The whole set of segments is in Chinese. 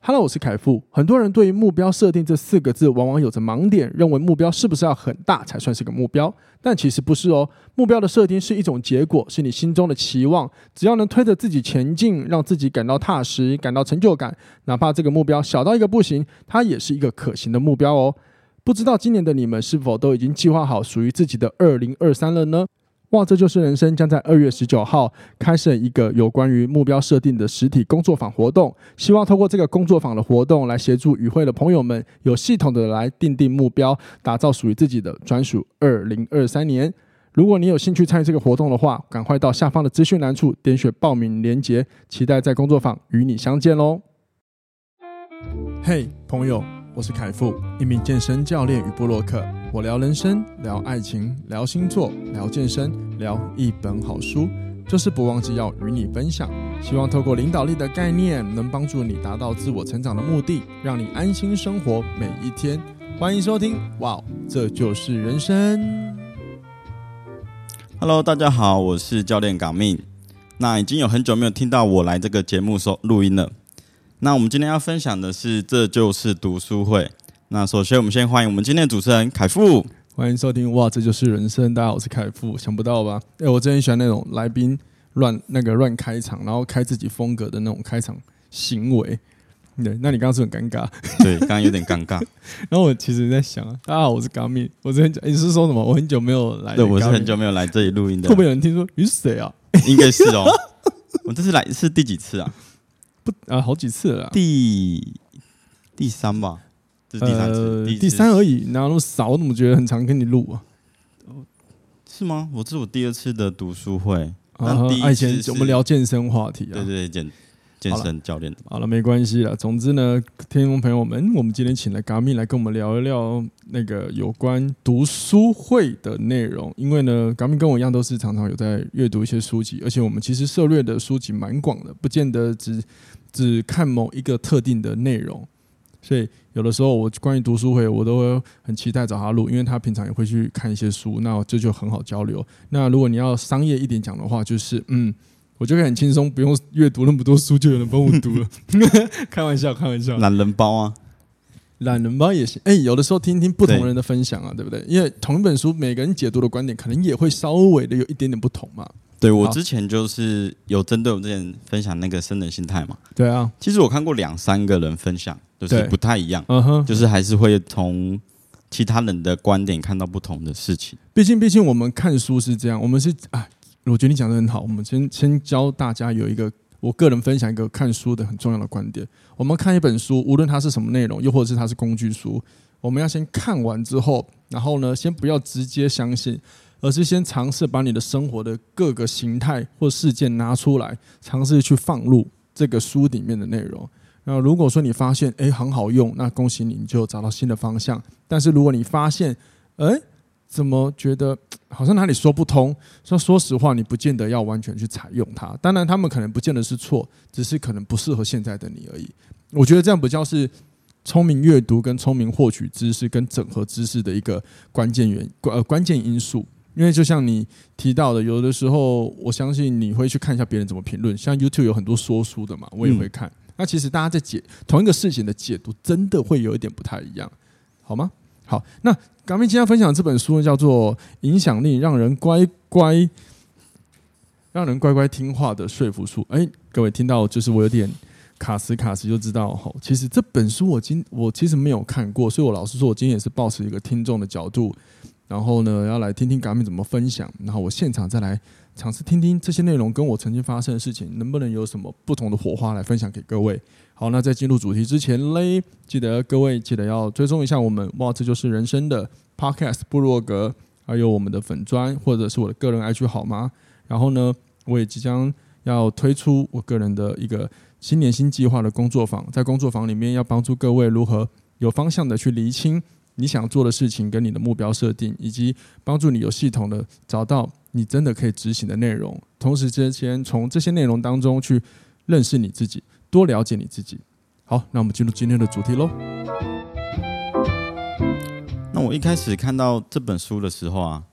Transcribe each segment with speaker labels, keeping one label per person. Speaker 1: Hello，我是凯富。很多人对于目标设定这四个字往往有着盲点，认为目标是不是要很大才算是个目标？但其实不是哦。目标的设定是一种结果，是你心中的期望。只要能推着自己前进，让自己感到踏实，感到成就感，哪怕这个目标小到一个不行，它也是一个可行的目标哦。不知道今年的你们是否都已经计划好属于自己的二零二三了呢？哇，这就是人生将在二月十九号开设一个有关于目标设定的实体工作坊活动，希望透过这个工作坊的活动来协助与会的朋友们有系统的来定定目标，打造属于自己的专属二零二三年。如果你有兴趣参与这个活动的话，赶快到下方的资讯栏处点选报名链接，期待在工作坊与你相见哦喽！嘿、朋友，我是凯富，一名健身教练与布洛克。我聊人生，聊爱情，聊星座，聊健身，聊一本好书，就是不忘记要与你分享。希望透过领导力的概念，能帮助你达到自我成长的目的，让你安心生活每一天。欢迎收听，哇，这就是人生。
Speaker 2: Hello，大家好，我是教练港命。那已经有很久没有听到我来这个节目收录音了。那我们今天要分享的是《这就是读书会》。那首先，我们先欢迎我们今天的主持人凯富。
Speaker 1: 欢迎收听，哇，这就是人生。大家好，我是凯富，想不到吧？哎，我真的很喜欢那种来宾乱那个乱开场，然后开自己风格的那种开场行为。对，那你刚刚是不是很尴尬。
Speaker 2: 对，刚刚有点尴尬。
Speaker 1: 然后我其实在想啊，大家好，我是 Gami，我之前讲，诶你是说什么？我很久没有来，
Speaker 2: 对，我是很久，没有来这里录音的
Speaker 1: 会不，会有人听说你是谁啊？
Speaker 2: 应该是哦。我这次来是第几次啊？
Speaker 1: 不啊，好几次了啦，
Speaker 2: 第第三吧，这是第三次，
Speaker 1: 呃
Speaker 2: 一次
Speaker 1: 第三而已，哪有那么少？我怎么觉得很常跟你录啊？
Speaker 2: 是吗？我这是我第二次的读书会。但
Speaker 1: 啊
Speaker 2: 第一次
Speaker 1: 啊以前
Speaker 2: 是
Speaker 1: 我们聊健身话题啊，
Speaker 2: 对对，健健身教练的吧。
Speaker 1: 好了，没关系了。总之呢，听众朋友们，我们今天请了 Gami 来跟我们聊一聊那个有关读书会的内容。因为呢，Gami 跟我一样都是常常有在阅读一些书籍，而且我们其实涉略的书籍蛮广的，不见得只只看某一个特定的内容。所以有的时候我关于读书会，我都会很期待找他录，因为他平常也会去看一些书，那我这就很好交流。那如果你要商业一点讲的话，就是嗯。我就可以很轻松，不用阅读那么多书，就有人帮我读了。 开玩笑，开玩笑，
Speaker 2: 懒人包啊，
Speaker 1: 懒人包也行。哎、有的时候听听不同
Speaker 2: 对
Speaker 1: 人的分享啊，对不对？因为同一本书，每个人解读的观点可能也会稍微的有一点点不同嘛。
Speaker 2: 对我
Speaker 1: 好
Speaker 2: 之前就是有针对我之前分享那个生人心态嘛，
Speaker 1: 对啊，
Speaker 2: 其实我看过两三个人分享，就是
Speaker 1: 对
Speaker 2: 不太一样，
Speaker 1: 嗯哼，
Speaker 2: 就是还是会从其他人的观点看到不同的事情。
Speaker 1: 毕竟，毕竟我们看书是这样，我们是啊，我觉得你讲的很好。我们先先教大家有一个，我个人分享一个看书的很重要的观点。我们看一本书，无论它是什么内容，又或者是它是工具书，我们要先看完之后，然后呢，先不要直接相信，而是先尝试把你的生活的各个形态或事件拿出来，尝试去放入这个书里面的内容。那如果说你发现诶很好用，那恭喜你，你就找到新的方向。但是如果你发现，诶怎么觉得好像哪里说不通？说说实话，你不见得要完全去采用它。当然，他们可能不见得是错，只是可能不适合现在的你而已。我觉得这样比较是聪明阅读、跟聪明获取知识、跟整合知识的一个关键原关呃关键因素。因为就像你提到的，有的时候我相信你会去看一下别人怎么评论，像 YouTube 有很多说书的嘛，我也会看。那其实大家在解同一个事情的解读，真的会有一点不太一样，好吗？好，那港妹今天要分享的这本书呢叫做《影响力让人乖乖让人乖乖听话的说服术》。哎，各位听到就是我有点卡词卡词就知道吼，其实这本书我今我其实没有看过，所以我老实说，我今天也是抱持一个听众的角度，然后呢要来听听港妹怎么分享，然后我现场再来尝试听听这些内容跟我曾经发生的事情能不能有什么不同的火花来分享给各位。好，那在进入主题之前嘞，记得各位记得要追踪一下我们哇，这就是人生的 Podcast 部落格，还有我们的粉砖或者是我的个人 IG 好吗？然后呢，我也即将要推出我个人的一个新年新计划的工作坊，在工作坊里面要帮助各位如何有方向的去厘清你想做的事情跟你的目标设定，以及帮助你有系统的找到你真的可以执行的内容，同时之间从这些内容当中去认识你自己。多了解你自己。好，那我们进入今天的主题喽。
Speaker 2: 那我一开始看到这本书的时候啊，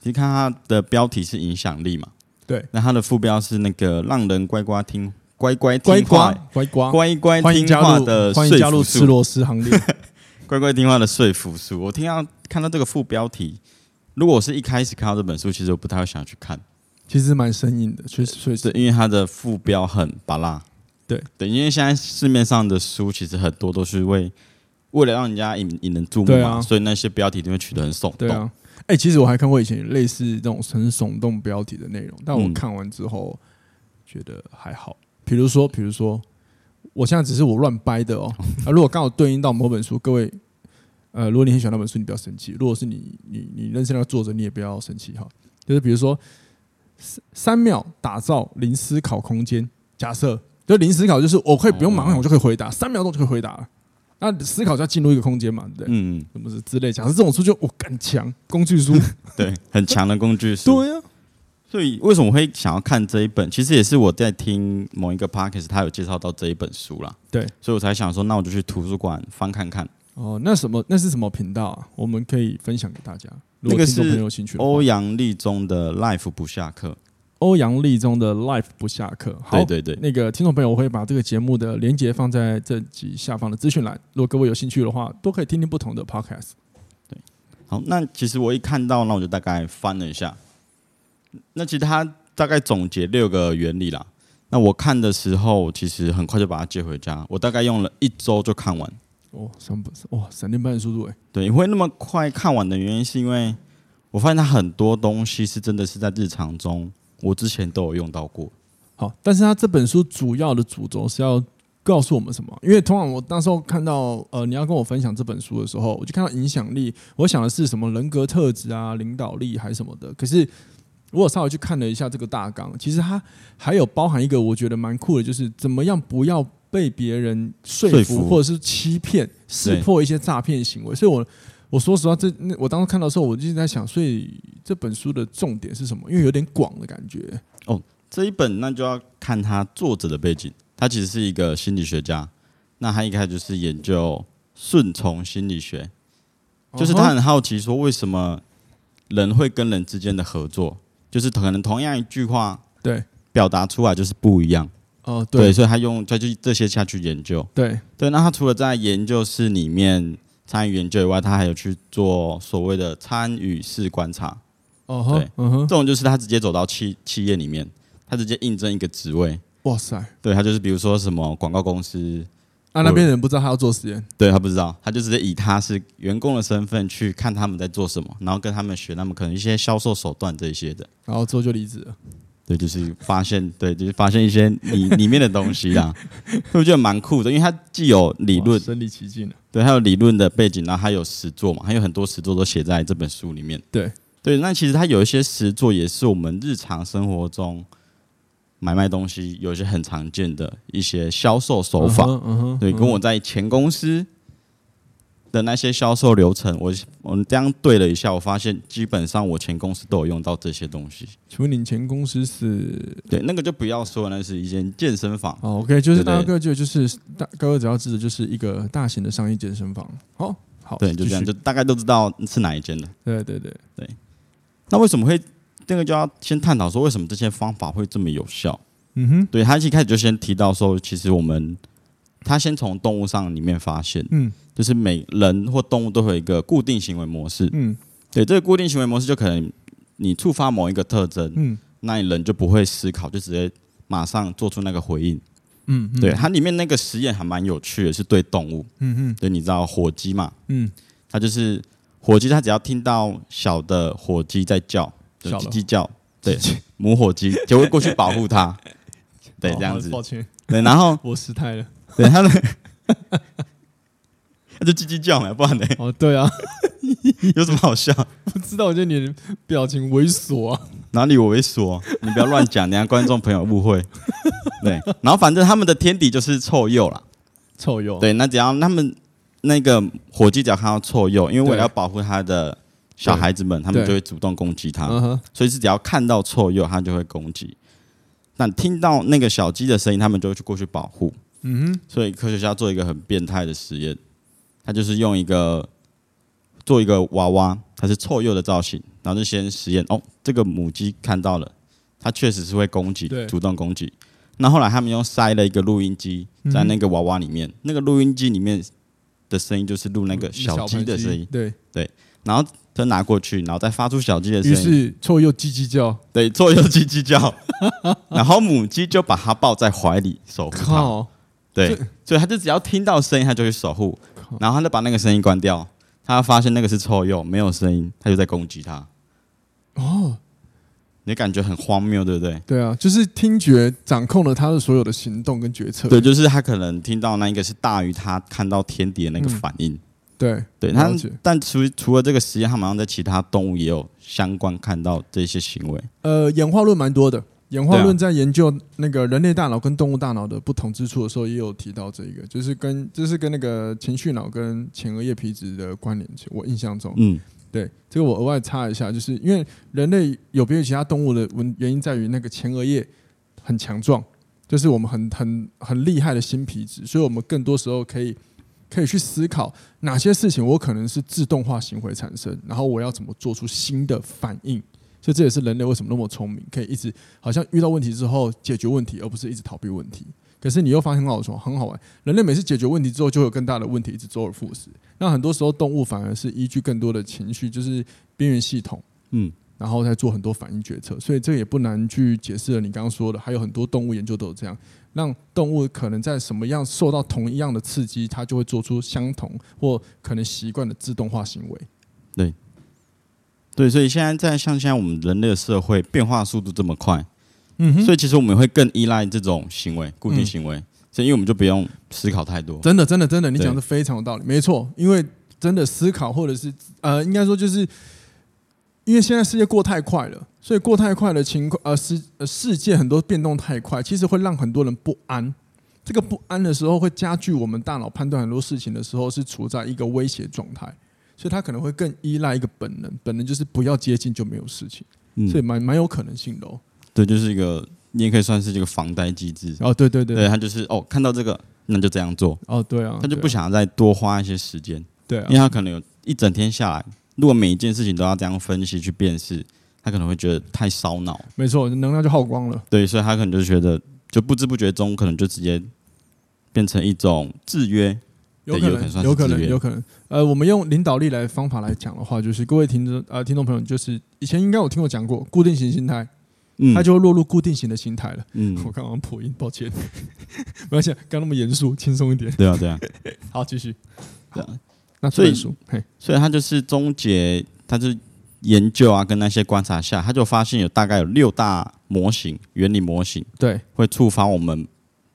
Speaker 2: 其实看它的标题是影响力嘛，
Speaker 1: 对，
Speaker 2: 那它的副标是那个让人乖乖听乖乖
Speaker 1: 乖
Speaker 2: 听
Speaker 1: 瓜
Speaker 2: 话、
Speaker 1: 乖瓜，
Speaker 2: 乖乖
Speaker 1: 欢迎
Speaker 2: 听
Speaker 1: 加
Speaker 2: 话
Speaker 1: 入
Speaker 2: 的
Speaker 1: 欢迎加
Speaker 2: 说
Speaker 1: 入
Speaker 2: 服
Speaker 1: 赤
Speaker 2: 术，
Speaker 1: 裸丝行列。
Speaker 2: 乖乖听话的说服术。我听到看到这个副标题，如果我是一开始看到这本书，其实我不太会想去看，
Speaker 1: 其实蛮生硬的，确实确
Speaker 2: 对
Speaker 1: 实，
Speaker 2: 因为它的副标很拔辣。
Speaker 1: 对
Speaker 2: 对，因为现在市面上的书其实很多都是为为了让人家引引人注目
Speaker 1: 对
Speaker 2: 嘛，
Speaker 1: 啊
Speaker 2: 所以那些标题就会取得很耸动。
Speaker 1: 对啊。哎、其实我还看过以前类似这种很耸动标题的内容，但我
Speaker 2: 嗯
Speaker 1: 看完之后觉得还好。比如说，比如说，我现在只是我乱掰的哦。啊，如果刚好对应到某本书，各位，呃，如果你很喜欢那本书，你不要生气；如果是你你你认识那个作者，你也不要生气哈。就是比如说，三三秒打造零思考空间。假设就零思考，就是我可以不用马上想，我
Speaker 2: 哦
Speaker 1: 就可以回答，三秒钟就可以回答了。那思考就要进入一个空间嘛，对不对？
Speaker 2: 嗯，
Speaker 1: 什么是之类。假设这种书就我敢强工具 书，
Speaker 2: 对，很强的工 具书。
Speaker 1: 对呀、
Speaker 2: 所以为什么我会想要看这一本？其实也是我在听某一个 podcast，他有介绍到这一本书啦。
Speaker 1: 对，
Speaker 2: 所以我才想说，那我就去图书馆翻看看。
Speaker 1: 哦，那什么那是什么频道啊？我们可以分享给大家。如
Speaker 2: 那
Speaker 1: 果
Speaker 2: 个
Speaker 1: 听众
Speaker 2: 是
Speaker 1: 朋友有兴趣的话，
Speaker 2: 欧阳立中的《Life 不下课
Speaker 1: 欧阳立中的 Life 不下课。》，好，
Speaker 2: 对对对，
Speaker 1: 那个听众朋友，我会把这个节目的连接放在这集下方的资讯栏。如果各位有兴趣的话，都可以听听不同的 podcast。
Speaker 2: 好。那其实我一看到，那我就大概翻了一下。那其实他大概总结六个原理啦。那我看的时候，其实很快就把它接回家，我大概用了一周就看完。
Speaker 1: 哦，三本哇，闪电般的速度哎、
Speaker 2: 对，会那么快看完的原因，是因为我发现它很多东西是真的是在日常中，我之前都有用到过。
Speaker 1: 好，但是他这本书主要的主轴是要告诉我们什么？因为通常我那时候看到呃你要跟我分享这本书的时候，我就看到呃影响力，我想的是什么人格特质啊、领导力还是什么的。可是我有稍微去看了一下这个大纲，其实它还有包含一个我觉得蛮酷的，就是怎么样不要被别人说服
Speaker 2: 说服
Speaker 1: 或者是欺骗、识破一些诈骗行为。所以我我说实话，这那我当时看到的时候，我就一直在想，所以这本书的重点是什么？因为有点广的感觉。
Speaker 2: 这一本那就要看它作者的背景，他其实是一个心理学家，那他一开始就是研究顺从心理学，就是
Speaker 1: 嗯哦
Speaker 2: 他很好奇说为什么人会跟人之间的合作，就是可能同样一句话
Speaker 1: 对
Speaker 2: 表达出来就是不一样，
Speaker 1: 哦、对
Speaker 2: 对，所以他用他就这些下去研究。
Speaker 1: 对，
Speaker 2: 对，那他除了在研究室里面参与研究以外，他还有去做所谓的参与式观察。
Speaker 1: 哦吼
Speaker 2: 对，
Speaker 1: 嗯
Speaker 2: 这
Speaker 1: 哼，
Speaker 2: 种就是他直接走到企企业里面，他直接应征一个职位。
Speaker 1: 哇塞！
Speaker 2: 对他就是比如说什么广告公司，
Speaker 1: 啊，那边的人不知道他要做实验，
Speaker 2: 对他不知道，他就直接以他是员工的身份去看他们在做什么，然后跟他们学他们可能一些销售手段这一些的。
Speaker 1: 然后之后就离职了。
Speaker 2: 对，就是发现，对，就是发现一些里里面的东 西啦，所以我觉得蛮酷的，因为它既有理论
Speaker 1: 哇，身临其境了。
Speaker 2: 对，还有理论的背景，然后还有实作嘛，还有很多实作都写在这本书里面。
Speaker 1: 对
Speaker 2: 对，那其实它有一些实作也是我们日常生活中买卖东西有一些很常见的一些销售手法。
Speaker 1: 嗯哼嗯哼，
Speaker 2: 对，
Speaker 1: 嗯
Speaker 2: 跟我在前公司的那些销售流程，我我们这样对了一下，我发现基本上我前公司都有用到这些东西。
Speaker 1: 请问你前公司是？
Speaker 2: 对，那个就不要说了，那是一间健身房。
Speaker 1: 哦，OK，就是
Speaker 2: 对对
Speaker 1: 大家各位就就是大各位只要记得，就是一个大型的商业健身房。好，好，
Speaker 2: 对，就这样，
Speaker 1: 继续
Speaker 2: 就大概都知道是哪一间了。
Speaker 1: 对对对，
Speaker 2: 那为什么会这个就要先探讨说为什么这些方法会这么有效？
Speaker 1: 嗯哼，
Speaker 2: 对他一开始就先提到说，其实我们他先从动物上里面发现，
Speaker 1: 嗯
Speaker 2: 就是每人或动物都会有一个固定行为模式。
Speaker 1: 嗯
Speaker 2: 对，这个固定行为模式就可能你触发某一个特征，
Speaker 1: 嗯
Speaker 2: 那你人就不会思考，就直接马上做出那个回应。
Speaker 1: 嗯，嗯
Speaker 2: 对，，它里面那个实验还蛮有趣的，是对动物。
Speaker 1: 嗯嗯
Speaker 2: 对，你知道火鸡嘛？
Speaker 1: 嗯，
Speaker 2: 它就是火鸡，它只要听到小的火鸡在叫，就
Speaker 1: 小
Speaker 2: 叽
Speaker 1: 的
Speaker 2: 叽叫，对，母火鸡就会过去保 护它。对，
Speaker 1: 好
Speaker 2: 这样子
Speaker 1: 哦好。抱歉，
Speaker 2: 对，然后
Speaker 1: 我失态了。
Speaker 2: 对它的， 它就叽叽叫嘛，不然呢
Speaker 1: 哦，对 啊，
Speaker 2: 有什么好笑？
Speaker 1: 不知道，我觉得你的表情猥琐啊。
Speaker 2: 哪里猥琐？你不要乱讲，等一下观众朋友误会。对，然后反正他们的天敌就是臭鼬啦。
Speaker 1: 臭鼬，
Speaker 2: 对，那只要他们那个火鸡只要看到臭鼬，因为为了
Speaker 1: 对
Speaker 2: 要保护它的小孩子们，他们
Speaker 1: 对
Speaker 2: 就会主动攻击它。
Speaker 1: 嗯哼，
Speaker 2: 所以是只要看到臭鼬，它就会攻击。但听到那个小鸡的声音，他们就会去过去保护。
Speaker 1: 嗯哼，
Speaker 2: 所以科学家做一个很变态的实验，他就是用一个做一个娃娃，它是臭鼬的造型，然后就先实验哦，这个母鸡看到了，它确实是会攻击
Speaker 1: 对，
Speaker 2: 主动攻击。那后来他们又塞了一个录音机在那个娃娃里面，那个录音机里面的声音就是嗯录那个小鸡的声音，
Speaker 1: 对，
Speaker 2: 然后再拿过去，然后再发出小鸡的
Speaker 1: 于
Speaker 2: 声音，
Speaker 1: 是臭鼬叽叽叫，
Speaker 2: 对，左右鸡鸡叫， 然后母鸡就把它抱在怀里守护它，
Speaker 1: 靠，
Speaker 2: 对
Speaker 1: 这，
Speaker 2: 所以它就只要听到声音，它就去守护
Speaker 1: 靠，
Speaker 2: 然后它就把那个声音关掉，它发现那个是臭鼬，没有声音，它就在攻击它。
Speaker 1: 哦，
Speaker 2: 你感觉很荒谬，对不对？
Speaker 1: 对啊，就是听觉掌控了他的所有的行动跟决策，
Speaker 2: 对，就是他可能听到那一个是大于他看到天敌的那个反应。
Speaker 1: 对
Speaker 2: 对，他
Speaker 1: 嗯了解
Speaker 2: 但除除了这个实验，他们好像在其他动物也有相关看到这些行为。
Speaker 1: 呃，演化论蛮多的。演化
Speaker 2: 对
Speaker 1: 论
Speaker 2: 啊
Speaker 1: 在研究那个人类大脑跟动物大脑的不同之处的时候，也有提到这个，就是跟这是跟那个情绪脑跟前额叶皮质的关联。我印象中，
Speaker 2: 嗯，
Speaker 1: 对这个我额外插一下，就是因为人类有别于其他动物的原原因在于那个前额叶很强壮，就是我们很很很厉害的新皮质，所以我们更多时候可以可以去思考哪些事情我可能是自动化行为产生，然后我要怎么做出新的反应。所以这也是人类为什么那么聪明，可以一直好像遇到问题之后解决问题，而不是一直逃避问题。可是你又发现很好玩，很好玩。人类每次解决问题之后，就会有更大的问题，一直周而复始。那很多时候，动物反而是依据更多的情绪，就是边缘系统，
Speaker 2: 嗯，
Speaker 1: 然后再做很多反应决策。所以这也不难去解释了。你刚刚说的，还有很多动物研究都有这样，让动物可能在什么样受到同一样的刺激，它就会做出相同或可能习惯的自动化行为。
Speaker 2: 对，所以现在在像现在我们人类的社会变化速度这么快，
Speaker 1: 嗯
Speaker 2: 所以其实我们会更依赖这种行为，固定
Speaker 1: 嗯
Speaker 2: 行为，所以因为我们就不用思考太多。
Speaker 1: 真的，真的，真的，你
Speaker 2: 对
Speaker 1: 讲的非常有道理，没错。因为真的思考，或者是呃，应该说就是，因为现在世界过太快了，所以过太快的情况，呃，世呃世界很多变动太快，其实会让很多人不安。这个不安的时候，会加剧我们大脑判断很多事情的时候是处在一个威胁状态，所以他可能会更依赖一个本能，本能就是不要接近就没有事情，
Speaker 2: 嗯
Speaker 1: 所以蛮蛮有可能性的哦。
Speaker 2: 对，就是一个你也可以算是这个防呆机制。
Speaker 1: 哦，对对
Speaker 2: 对，
Speaker 1: 对，
Speaker 2: 他就是哦，看到这个那就这样做，
Speaker 1: 哦对啊，
Speaker 2: 他就
Speaker 1: 对啊
Speaker 2: 不想再多花一些时间。
Speaker 1: 对
Speaker 2: 因为
Speaker 1: 啊，
Speaker 2: 他可能有一整天下来，如果每一件事情都要这样分析去辨识，他可能会觉得太烧脑，
Speaker 1: 没错，能量就耗光了。
Speaker 2: 对，所以他可能就觉得就不知不觉中可能就直接变成一种制约，
Speaker 1: 有
Speaker 2: 对
Speaker 1: 可
Speaker 2: 有可能
Speaker 1: 能，
Speaker 2: 算是
Speaker 1: 有可
Speaker 2: 自
Speaker 1: 能，
Speaker 2: 愿
Speaker 1: 有可能。呃，我们用领导力来方法来讲的话，就是各位听众呃听众朋友，就是以前应该有听我讲过固定型心态，
Speaker 2: 嗯，
Speaker 1: 它就会落入固定型的心态了。我
Speaker 2: 嗯，
Speaker 1: 刚刚破音，抱歉，没关系，刚那么严肃，轻松一点。
Speaker 2: 对啊，对啊，
Speaker 1: 好，继续。
Speaker 2: 对啊，
Speaker 1: 那
Speaker 2: 所
Speaker 1: 这
Speaker 2: 以
Speaker 1: 本书，嘿，
Speaker 2: 所以他就是终结，他就研究啊，跟那些观察下，他就发现有大概有六大模型原理模型
Speaker 1: 对，
Speaker 2: 会触发我们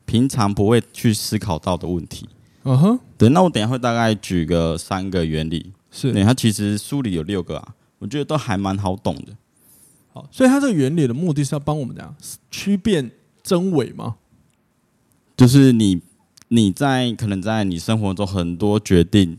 Speaker 2: 平常不会去思考到的问题。
Speaker 1: 嗯哼，
Speaker 2: 对，那我等一下会大概举个三个原理，
Speaker 1: 是
Speaker 2: 对，它其实书里有六个啊，我觉得都还蛮好懂的。
Speaker 1: 好。所以它这个原理的目的是要帮我们怎样区辨真伪吗？
Speaker 2: 就是你你在可能在你生活中很多决定，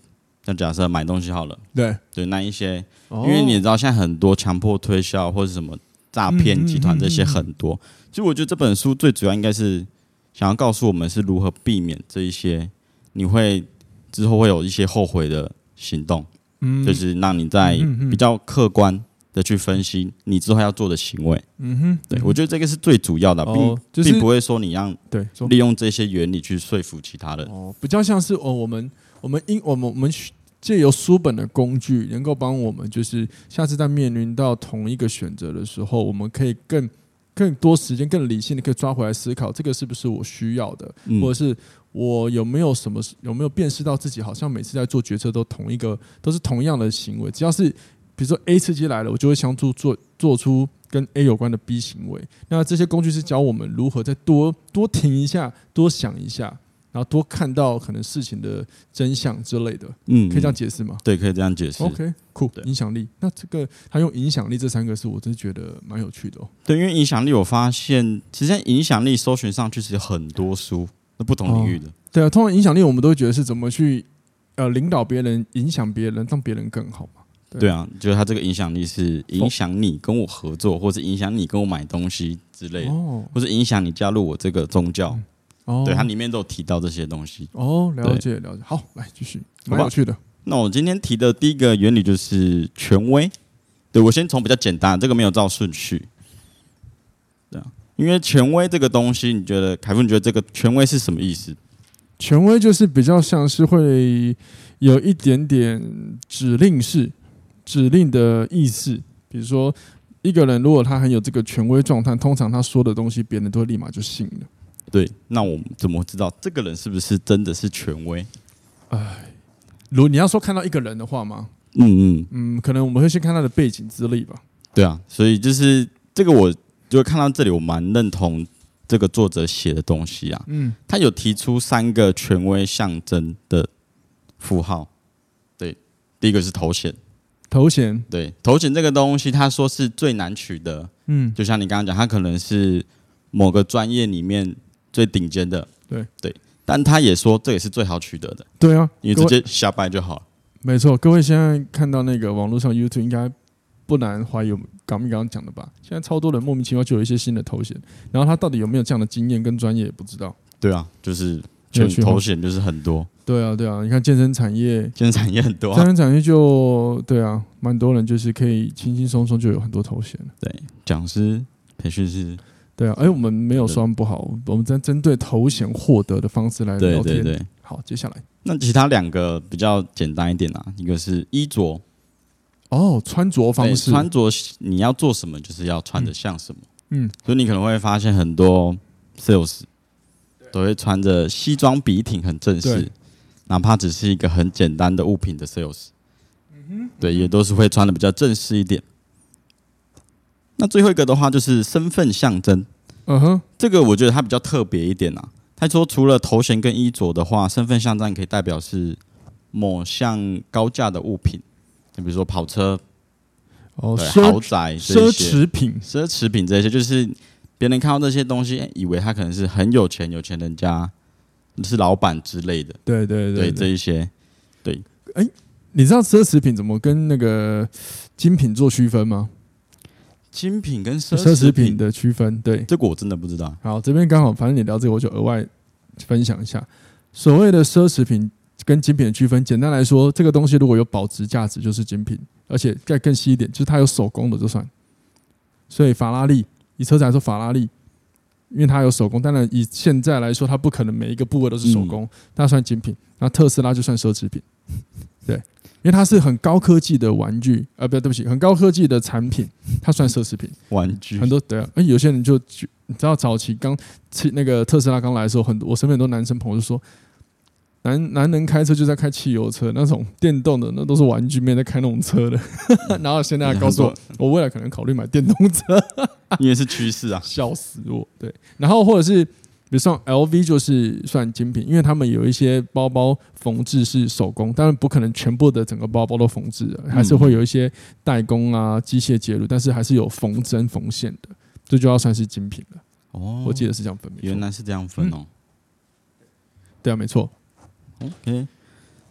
Speaker 2: 那假设买东西好了，
Speaker 1: 对，
Speaker 2: 对那一些，
Speaker 1: 因
Speaker 2: 因为你也知道现在很多强迫推销或者什么诈骗集团
Speaker 1: 哦嗯嗯嗯
Speaker 2: 这些
Speaker 1: 嗯嗯
Speaker 2: 很多，其实我觉得这本书最主要应该是想要告诉我们是如何避免这一些，你会之后会有一些后悔的行动，
Speaker 1: 嗯
Speaker 2: 就是让你在
Speaker 1: 嗯嗯嗯
Speaker 2: 比较客观的去分析你之后要做的行为。
Speaker 1: 嗯哼，
Speaker 2: 对，我觉得这个是最主要的，并、
Speaker 1: 哦就是
Speaker 2: 并不会说你让
Speaker 1: 对，说
Speaker 2: 利用这些原理去说服其他人。
Speaker 1: 哦，比较像是哦，我们我们因我们我们学借由书本的工具，能够帮我们就是下次在面临到同一个选择的时候，我们可以更更多时间、更理性的可以抓回来思考，这个是不是我需要的，
Speaker 2: 嗯
Speaker 1: 或者是我有没有什么有没有辨识到自己好像每次在做决策都同一个都是同样的行为，只要是。比如说 A 刺激来了，我就会相助做做出跟 A 有关的 B 行为。那这些工具是教我们如何再多多停一下，多想一下，然后多看到可能事情的真相之类的，
Speaker 2: 嗯
Speaker 1: 可以这样
Speaker 2: 嗯
Speaker 1: 解释吗
Speaker 2: 对，可以这样解释。
Speaker 1: ？OK，酷
Speaker 2: 对，
Speaker 1: 影响力。那这个他用影响力这三个字，我真的觉得蛮有趣的哦。
Speaker 2: 对，因为影响力，我发现其实影响力搜寻上去是很多书，那不同领域的。
Speaker 1: 对啊，通常影响力我们都会觉得是怎么去呃领导别人、影响别人，让别人更好嘛。对哦
Speaker 2: 对啊，就是它这个影响力是影响你跟我合作，或者影响你跟我买东西之类的，
Speaker 1: 哦
Speaker 2: 或者影响你加入我这个宗教。
Speaker 1: 哦，
Speaker 2: 对，它里面都有提到这些东西。
Speaker 1: 哦，了解了解。好，来继续，
Speaker 2: 好吧
Speaker 1: 蛮有趣的。
Speaker 2: 那我今天提的第一个原理就是权威。对我先从比较简单，这个没有照顺序。对啊，因为权威这个东西，你觉得凯夫，你觉得这个权威是什么意思？
Speaker 1: 权威就是比较像是会有一点点指令式、指令的意思。比如说，一个人如果他很有这个权威状态，通常他说的东西，别人都会立马就信了。
Speaker 2: 对，那我们怎么知道这个人是不是真的是权威？
Speaker 1: 如果你要说看到一个人的话嘛，
Speaker 2: 嗯嗯，
Speaker 1: 嗯，可能我们会先看他的背景资历吧。
Speaker 2: 对啊，所以就是这个，我就看到这里，我蛮认同这个作者写的东西啊。
Speaker 1: 嗯，
Speaker 2: 他有提出三个权威象征的符号，对，第一个是头衔，
Speaker 1: 头衔，
Speaker 2: 对，头衔这个东西，他说是最难取得，
Speaker 1: 嗯，
Speaker 2: 就像你刚刚讲，他可能是某个专业里面最顶尖的，
Speaker 1: 对
Speaker 2: 对，但他也说这也是最好取得的，
Speaker 1: 对啊，
Speaker 2: 你
Speaker 1: 各
Speaker 2: 直
Speaker 1: 位
Speaker 2: 接瞎掰就好了。
Speaker 1: 没错，各位现在看到那个网络上 YouTube 应该不难怀疑我们港密刚刚讲的吧？现在超多人莫名其妙就有一些新的头衔，然后他到底有没有这样的经验跟专业也不知道。
Speaker 2: 对啊，就是
Speaker 1: 有
Speaker 2: 全
Speaker 1: 趣吗
Speaker 2: 头衔就是很多，
Speaker 1: 对啊，对啊，你看健身产业，
Speaker 2: 现在也很多、
Speaker 1: 健
Speaker 2: 啊。
Speaker 1: 身产业就对啊，蛮多人就是可以轻轻松松就有很多头衔了
Speaker 2: 对，讲师、培训师，
Speaker 1: 对啊，哎，我们没有说他们不好，我们在针对头衔获得的方式来
Speaker 2: 对
Speaker 1: 聊
Speaker 2: 对
Speaker 1: 天。
Speaker 2: 对。
Speaker 1: 好，接下来
Speaker 2: 那其他两个比较简单一点啊，一个是衣着
Speaker 1: 哦，穿着方
Speaker 2: 对
Speaker 1: 式，
Speaker 2: 穿着你要做什么，就是要穿的像什么。
Speaker 1: 嗯，
Speaker 2: 所以你可能会发现很多 sales 都会穿着西装笔挺，很正式
Speaker 1: 对，
Speaker 2: 哪怕只是一个很简单的物品的 sales，对，
Speaker 1: 嗯
Speaker 2: 也都是会穿的比较正式一点。那最后一个的话就是身份象征，
Speaker 1: 嗯哼，
Speaker 2: 这个我觉得它比较特别一点啊。他说，除了头衔跟衣着的话，身份象征可以代表是某项高价的物品，你比如说跑车、
Speaker 1: 哦，
Speaker 2: 对豪
Speaker 1: 奢
Speaker 2: 宅这
Speaker 1: 奢
Speaker 2: 一些
Speaker 1: 侈品，
Speaker 2: 奢侈品这些，就是别人看到这些东西，诶以为他可能是很有钱，有钱人家是老板之类的，
Speaker 1: 对对
Speaker 2: 对这一些，
Speaker 1: 你知道奢侈品怎么跟那个精品做区分吗？
Speaker 2: 精品跟奢
Speaker 1: 奢侈
Speaker 2: 品
Speaker 1: 品，的区分，对。
Speaker 2: 这个我真的不知道。
Speaker 1: 好，这边刚好，反正你聊这个，我就额外分享一下所谓的奢侈品跟精品的区分。简单来说，这个东西如果有保值价值，就是精品；而且再更细一点，就是它有手工的就算。所以法拉利，以车子来说，法拉利，因为它有手工，当然以现在来说，它不可能每一个部位都是手工，那、算精品。那特斯拉就算奢侈品， 对，因为它是很高科技的玩具，呃，不，对不起，很高科技的产品，它算奢侈品。
Speaker 2: 玩具
Speaker 1: 很多对啊，哎、有些人就就你知道早期刚汽那个特斯拉刚来的时候，很多我身边很多男生朋友就说，男男人开车就在开汽油车，那种电动的那都是玩具，没有在开那种车的。 然后现在还告 诉我
Speaker 2: 很，
Speaker 1: 我未来可能考虑买电动车，
Speaker 2: 因为是趋势 啊，
Speaker 1: 笑死我。对，然后或者是。比如像 LV 就是算精品，因为他们有一些包包缝制是手工，当然不可能全部的整个包包都缝制啊的，还是会有一些代工啊、机械介入，但是还是有缝针缝线的，这就要算是精品了。
Speaker 2: 哦
Speaker 1: 我记得是这样分没错
Speaker 2: 原来是这样分哦。
Speaker 1: 对啊，没错。
Speaker 2: OK，然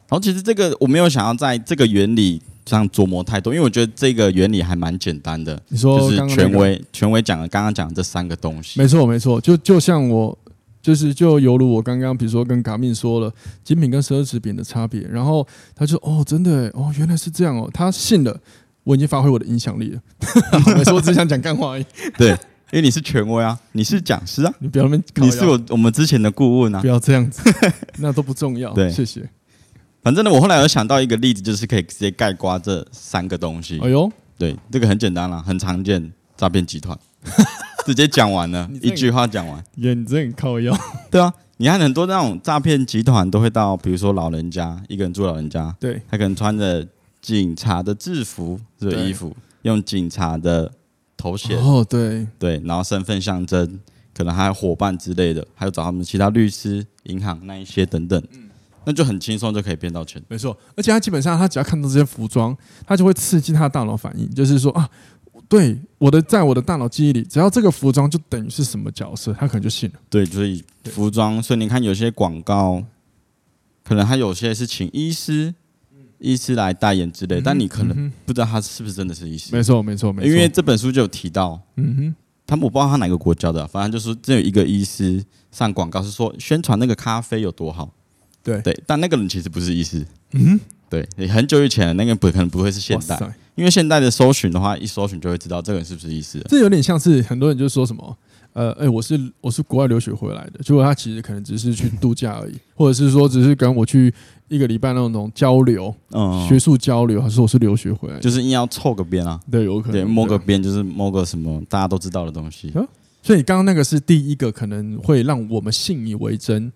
Speaker 2: 后其实这个我没有想要在这个原理上琢磨太多，因为我觉得这个原理还蛮简单的，
Speaker 1: 你说
Speaker 2: 就是
Speaker 1: 哦刚刚那个
Speaker 2: 权，威权威讲的刚刚讲的这三个东西。
Speaker 1: 没错没错，就就像我。就是就犹如我刚刚，比如说跟卡敏说了精品跟奢侈品的差别，然后他就哦，真的耶哦，原来是这样哦，他信了，我已经发挥我的影响力了。 我说我只想讲干话而已，
Speaker 2: 对，因为你是权威啊，你是讲师啊，
Speaker 1: 你不要那边靠腰
Speaker 2: 你是我我们之前的顾问啊
Speaker 1: 不。要这样子，那都不重要。
Speaker 2: 对
Speaker 1: 谢谢。
Speaker 2: 反正呢，我后来有想到一个例子，就是可以直接概括这三个东西。
Speaker 1: 哎呦，
Speaker 2: 对，这个很简单啦，很常见，诈骗集团， 直接讲完了，
Speaker 1: 你这
Speaker 2: 一
Speaker 1: 个
Speaker 2: 句话讲完。
Speaker 1: 耶，你真的很靠腰。
Speaker 2: 对啊，你看很多那种诈骗集团都会到，比如说老人家一个人住老人家，
Speaker 1: 对
Speaker 2: 他可能穿着警察的制服这个
Speaker 1: 对
Speaker 2: 衣服，用警察的头衔，
Speaker 1: 哦，对，
Speaker 2: 对，然后身份象征，可能还有伙伴之类的，还有找他们其他律师、银行那一些等等，
Speaker 1: 嗯
Speaker 2: 那就很轻松就可以变到钱。
Speaker 1: 没错，而且他基本上他只要看到这些服装，他就会刺激他的大脑反应，就是说啊，对我的在我的大脑记忆里，只要这个服装就等于是什么角色，他可能就信了。
Speaker 2: 对，所以服装，所以你看有些广告，可能他有些是请医师、医师来代言之类，但你可能
Speaker 1: 嗯嗯哼
Speaker 2: 不知道他是不是真的是医师，
Speaker 1: 没错没错没错，
Speaker 2: 因为这本书就有提到，
Speaker 1: 嗯哼，
Speaker 2: 他们我不知道他哪个国家的，反正就是只有一个医师上广告是说宣传那个咖啡有多好，
Speaker 1: 对
Speaker 2: 对，但那个人其实不是医师，
Speaker 1: 嗯
Speaker 2: 对，也很久以前了那个不可能不会是现
Speaker 1: 哼，
Speaker 2: 代
Speaker 1: 哇，塞，
Speaker 2: 因为现代的搜寻的话，一搜寻就会知道这个人是不是医师了，
Speaker 1: 这有点像是很多人就说什么。呃，哎、我是我是国外留学回来的，结果他其实可能只是去度假 而已，或者是说只是跟我去一个礼拜那种交流、
Speaker 2: 嗯，
Speaker 1: 学术交流，还是我是留学回来的，
Speaker 2: 就是硬要凑个边啊，
Speaker 1: 对，有可能
Speaker 2: 对，摸个
Speaker 1: 对
Speaker 2: 边就是摸个什么大家都知道的东西
Speaker 1: 对，所以刚刚那个是第一个可能会让我们信以为真，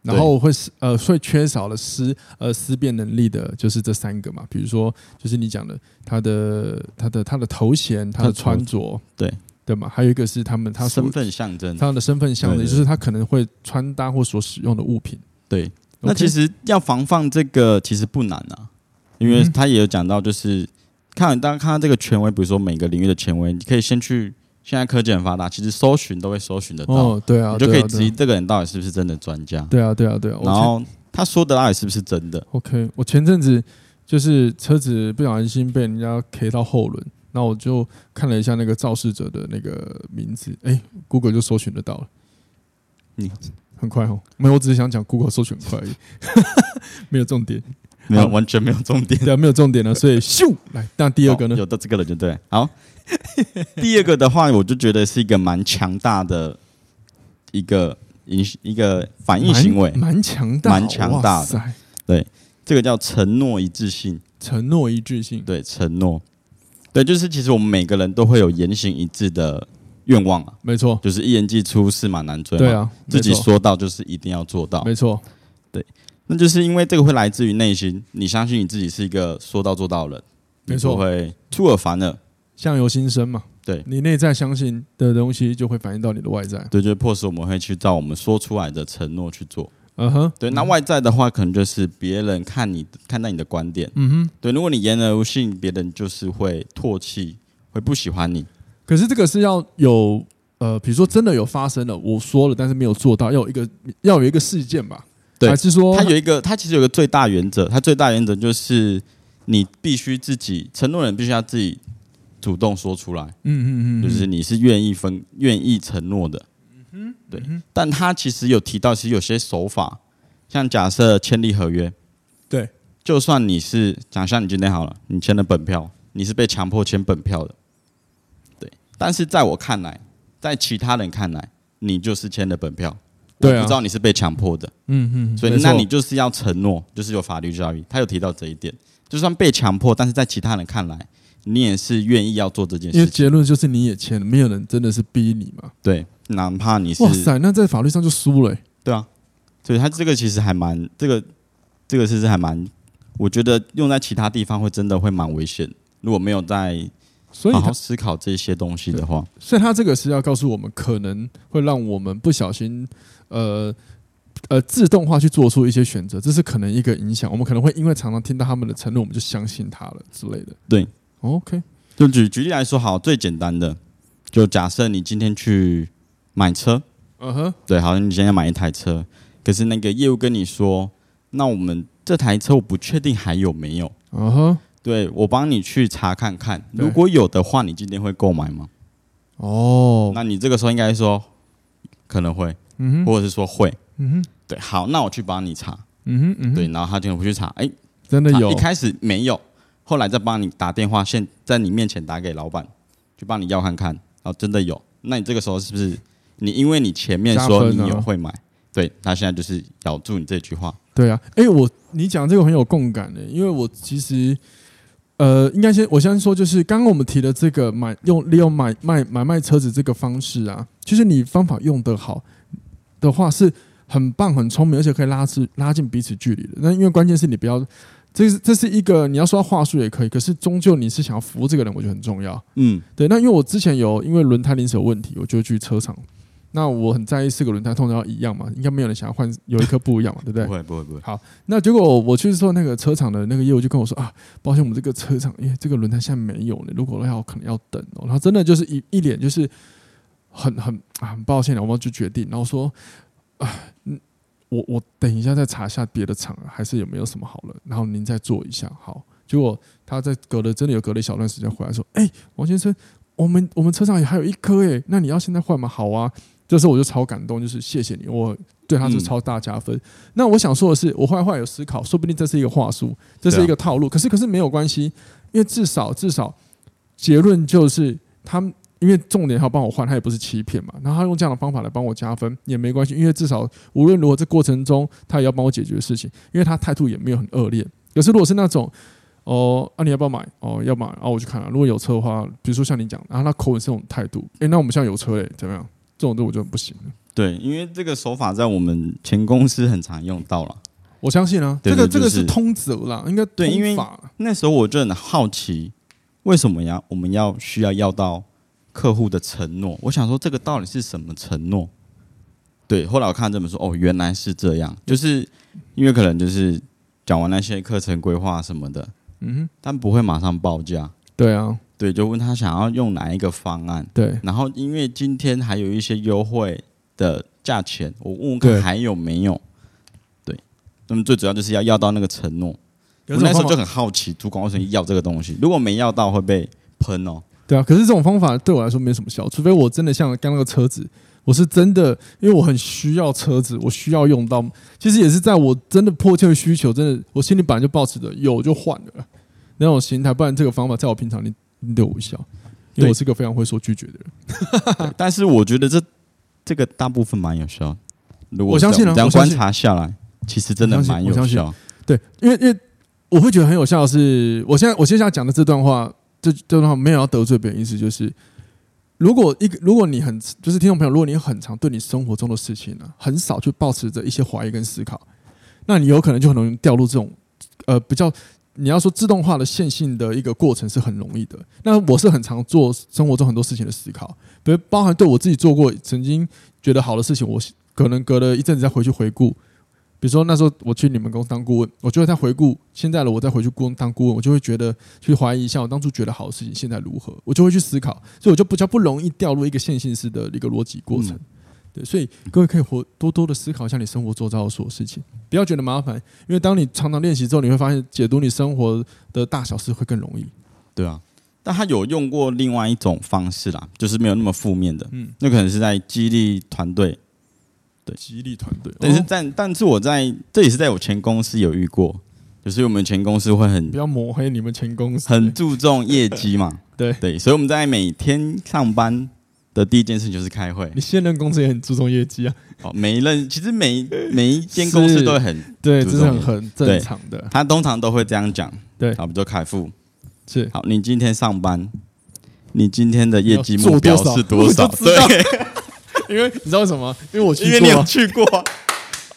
Speaker 1: 然后会是呃，会缺少了思呃思辨能力的，就是这三个嘛。比如说，就是你讲的他的他的他的头衔、他
Speaker 2: 他
Speaker 1: 的
Speaker 2: 的头
Speaker 1: 穿着，
Speaker 2: 对
Speaker 1: 对嘛。还有一个是他们他所
Speaker 2: 身份象征。
Speaker 1: 他的身份象征，
Speaker 2: 对
Speaker 1: 也
Speaker 2: 对
Speaker 1: 就是他可能会穿搭或所使用的物品。
Speaker 2: 对，那
Speaker 1: OK？
Speaker 2: 其实要防范这个其实不难啊，因为
Speaker 1: 嗯
Speaker 2: 他也有讲到，就是看大家看到这个权威，比如说每个领域的权威，你可以先去现在科技很发达，其实搜寻都会搜寻得到，
Speaker 1: 哦，对啊，
Speaker 2: 你就可以质
Speaker 1: 对
Speaker 2: 疑
Speaker 1: 啊
Speaker 2: 这个人到底是不是真的专家，
Speaker 1: 对啊，对啊，对啊。我
Speaker 2: 然
Speaker 1: 前
Speaker 2: 后他说的到底是不是真的。
Speaker 1: OK，我前阵子就是车子不小心被人家 K 到后轮，那我就看了一下那个肇事者的那个名字，哎、g o o g l e 就搜寻得到了。
Speaker 2: 你
Speaker 1: 很快哦，没有，我只是想讲 Google 搜寻很快而已， 没有重点，
Speaker 2: 没有，
Speaker 1: 好
Speaker 2: 完全没有重点。
Speaker 1: 对啊，没有重点了，所以咻来，那 第二个呢
Speaker 2: 哦？有的这个人就对。好， 第二个的话，我就觉得是一个蛮强大的一个影一个反应
Speaker 1: 蛮
Speaker 2: 行为，
Speaker 1: 蛮强大，
Speaker 2: 蛮强大的
Speaker 1: 哇塞，
Speaker 2: 这个叫承诺一致性。
Speaker 1: 承诺一致性，
Speaker 2: 对，承诺，对，就是其实我们每个人都会有言行一致的愿望啊，
Speaker 1: 没错，
Speaker 2: 就是一言既出，驷马难追嘛。
Speaker 1: 对，啊，
Speaker 2: 自己
Speaker 1: 没错
Speaker 2: 说到就是一定要做到，
Speaker 1: 没错，
Speaker 2: 那就是因为这个会来自于内心，你相信你自己是一个说到做到的人，
Speaker 1: 没错
Speaker 2: 你不会出尔反尔，
Speaker 1: 相由心生嘛，
Speaker 2: 对
Speaker 1: 你内在相信的东西就会反映到你的外在，
Speaker 2: 对，就迫使我们会去照我们说出来的承诺去做。
Speaker 1: 嗯哼，
Speaker 2: 对，那外在的话，可能就是别人看你看待你的观点，
Speaker 1: 嗯哼。
Speaker 2: 对，如果你言而无信，别人就是会唾弃，会不喜欢你，
Speaker 1: 可是这个是要有呃，比如说真的有发生了，我说了，但是没有做到，要有一个要有一个事件吧？
Speaker 2: 对
Speaker 1: 还是说
Speaker 2: 他有一个，他其实有一个最大原则，他最大原则就是你必须自己承诺人必须要自己主动说出来，
Speaker 1: 嗯嗯嗯，嗯
Speaker 2: 就是你是愿意分愿意承诺的。对，但他其实有提到，其实有些手法，像假设签立合约，
Speaker 1: 对，
Speaker 2: 就算你是假设你今天好了，你签了本票，你是被强迫签本票的，对，但是在我看来，在其他人看来，你就是签了本票，
Speaker 1: 对啊
Speaker 2: 我不知道你是被强迫的。
Speaker 1: 嗯嗯，
Speaker 2: 所
Speaker 1: 没
Speaker 2: 以
Speaker 1: 错
Speaker 2: 那你就是要承诺，就是有法律效益。他有提到这一点，就算被强迫，但是在其他人看来，你也是愿意要做这件
Speaker 1: 因为
Speaker 2: 事情。
Speaker 1: 结论就是你也签了，没有人真的是逼你嘛？
Speaker 2: 对，哪怕你
Speaker 1: 哇
Speaker 2: 是
Speaker 1: 塞，那在法律上就输了欸、
Speaker 2: 对啊，所以他这个其实还蛮这个这个其实还蛮，我觉得用在其他地方会真的会蛮危险。如果没有在
Speaker 1: 所以
Speaker 2: 啊好
Speaker 1: 他
Speaker 2: 好思考这些东西的话，
Speaker 1: 所以他这个是要告诉我们，可能会让我们不小心，呃呃，自动化去做出一些选择，这是可能一个影响。我们可能会因为常常听到他们的承诺，我们就相信他了之类的。
Speaker 2: 对
Speaker 1: ，OK，
Speaker 2: 就举举例来说，好，最简单的，就假设你今天去买车，
Speaker 1: 嗯哼，
Speaker 2: 对，好像你现在买一台车，可是那个业务跟你说，那我们这台车我不确定还有没有，
Speaker 1: 嗯哼，
Speaker 2: 对我帮你去查看看，
Speaker 1: 对
Speaker 2: 如果有的话，你今天会购买吗？
Speaker 1: 哦，
Speaker 2: 那你这个时候应该说可能会，
Speaker 1: 嗯哼，
Speaker 2: 或者是说会，
Speaker 1: 嗯哼。
Speaker 2: 对，好，那我去帮你查，
Speaker 1: 嗯哼，嗯哼，
Speaker 2: 对，，然后他就回去查，哎，
Speaker 1: 真的
Speaker 2: 他
Speaker 1: 有
Speaker 2: 一，开始没有，后来再帮你打电话，现在你面前打给老板，去帮你要看看，然后真的有，那你这个时候是不是你因为你前面
Speaker 1: 加
Speaker 2: 说
Speaker 1: 分
Speaker 2: 你
Speaker 1: 啊
Speaker 2: 有会买，对他现在就是咬住你这句话。
Speaker 1: 对啊，哎、我你讲这个很有共感的、因为我其实，呃，应该先我先说，就是刚刚我们提的这个买用利用买卖买卖车子这个方式啊，就是你方法用得好的话，是很棒、很聪明，而且可以拉至拉近彼此距离的。那因为关键是你不要，这是这是一个你要说话术也可以，可是终究你是想要服务这个人，我觉得很重要。
Speaker 2: 嗯，
Speaker 1: 对，那因为我之前有因为轮胎临时有问题，我就去车厂。那我很在意四个轮胎通常要一样嘛，应该没有人想要换有一颗不一样嘛，对不对
Speaker 2: 不？会不会不会，
Speaker 1: 那结果我去做那个车厂的那个业务就跟我说啊，抱歉，我们这个车厂因为这个轮胎现在没有了，如果要可能要等哦。然后真的就是一一脸就是很很啊很抱歉了，我们就决定，然后说啊，嗯我我等一下再查一下别的厂还是有没有什么好了，然后您再做一下好。结果他在隔了真的有隔了一小段时间回来说，哎、王先生，我们我们车上也还有一颗诶，那你要现在换吗？好啊。这时候我就超感动，就是谢谢你，我对他是
Speaker 2: 嗯
Speaker 1: 超大加分。那我想说的是，我后来后来有思考，说不定这是一个话术，
Speaker 2: 啊
Speaker 1: 这是一个套路。可是可是没有关系，因为至少至少结论就是他们因为重点他帮我换，他也不是欺骗嘛。然后他用这样的方法来帮我加分也没关系，因为至少无论如何这过程中他也要帮我解决事情，因为他态度也没有很恶劣。可是如果是那种哦，啊你要不要买？哦要买，啊我去看、啊。如果有车的话，比如说像你讲，然后他口吻是这种态度，诶，那我们现在有车嘞，怎么样？这种对我就很不行了。
Speaker 2: 对，因为这个手法在我们前公司很常用到了。
Speaker 1: 我相信啊，
Speaker 2: 对
Speaker 1: 这个
Speaker 2: 对
Speaker 1: 这个
Speaker 2: 就是是
Speaker 1: 通则啦，应该
Speaker 2: 对因为
Speaker 1: 通法啦
Speaker 2: 那时候我就很好奇，为什么呀？我们要需要要到客户的承诺？我想说，这个到底是什么承诺？对，后来我看这本书，哦，原来是这样，就是因为可能就是讲完那些课程规划什么的，
Speaker 1: 嗯哼，
Speaker 2: 但不会马上报价。
Speaker 1: 对啊，
Speaker 2: 对，就问他想要用哪一个方案，
Speaker 1: 对
Speaker 2: 然后因为今天还有一些优惠的价钱，我问问
Speaker 1: 对
Speaker 2: 看还有没有。对，那么最主要就是要要到那个承诺。我那时候就很好奇，主管为什么要这个东西？如果没要到会被喷哦。
Speaker 1: 对啊，可是这种方法对我来说没什么效，除非我真的像刚那个车子，我是真的，因为我很需要车子，我需要用到。其实也是在我真的迫切的需求，真的我心里本来就抱持着有就换了那种心态，不然这个方法在我平常你你对我无效，因为
Speaker 2: 对
Speaker 1: 我是个非常会说拒绝的人。
Speaker 2: 对但是我觉得这这个大部分蛮有效。如果
Speaker 1: 我相信啊
Speaker 2: 这样
Speaker 1: 我
Speaker 2: 观
Speaker 1: 相信
Speaker 2: 察下来，其实真的
Speaker 1: 我相信
Speaker 2: 蛮有
Speaker 1: 我相信
Speaker 2: 效。
Speaker 1: 对，因为因为我会觉得很有效的是，我现在我现在要讲的这段话，这这段话没有要得罪别人，意思就是，如果一个如果你很就是听众朋友，如果你很常对你生活中的事情呢、很少去保持着一些怀疑跟思考，那你有可能就很容易掉入这种呃比较。你要说自动化的线性的一个过程是很容易的。那我是很常做生活中很多事情的思考，比如包含对我自己做过曾经觉得好的事情，我可能隔了一阵子再回去回顾，比如说那时候我去你们公司当顾问，我就会再回顾现在的我再回去顾问当顾问，我就会觉得去怀疑一下我当初觉得好的事情现在如何，我就会去思考，所以我就比较不容易掉入一个线性式的一个逻辑过程。
Speaker 2: 嗯
Speaker 1: 对，所以各位可以活多多的思考一下你生活周遭的所有事情，不要觉得麻烦，因为当你常常练习之后，你会发现解读你生活的大小事会更容易。
Speaker 2: 对啊，但他有用过另外一种方式啦，就是没有那么负面的。
Speaker 1: 嗯，哦
Speaker 2: 那可能是在激励团队，
Speaker 1: 激励团队，
Speaker 2: 但是
Speaker 1: 哦
Speaker 2: 但、但是我在这也是在我前公司有遇过，就是我们前公司会很
Speaker 1: 不要抹黑你们前公司，
Speaker 2: 很注重业绩嘛，
Speaker 1: 对
Speaker 2: 对，所以我们在每天上班的第一件事就是开会
Speaker 1: 你。现任公司也很注重业绩啊，
Speaker 2: 哦，每一任其实每一每一间公司
Speaker 1: 是
Speaker 2: 都很，
Speaker 1: 对，这
Speaker 2: 注
Speaker 1: 是
Speaker 2: 重
Speaker 1: 很
Speaker 2: 业绩
Speaker 1: 很正
Speaker 2: 对
Speaker 1: 常的，
Speaker 2: 他通常都会这样讲。
Speaker 1: 对
Speaker 2: 好，比如凯富，
Speaker 1: 是。
Speaker 2: 好，你今天上班，你今天的业绩
Speaker 1: 要做
Speaker 2: 目标
Speaker 1: 多少
Speaker 2: 是多少？
Speaker 1: 我就知道
Speaker 2: 对，
Speaker 1: 因为你知道为什么吗？因为我去
Speaker 2: 因为你
Speaker 1: 过
Speaker 2: 有
Speaker 1: 啊，
Speaker 2: 去过。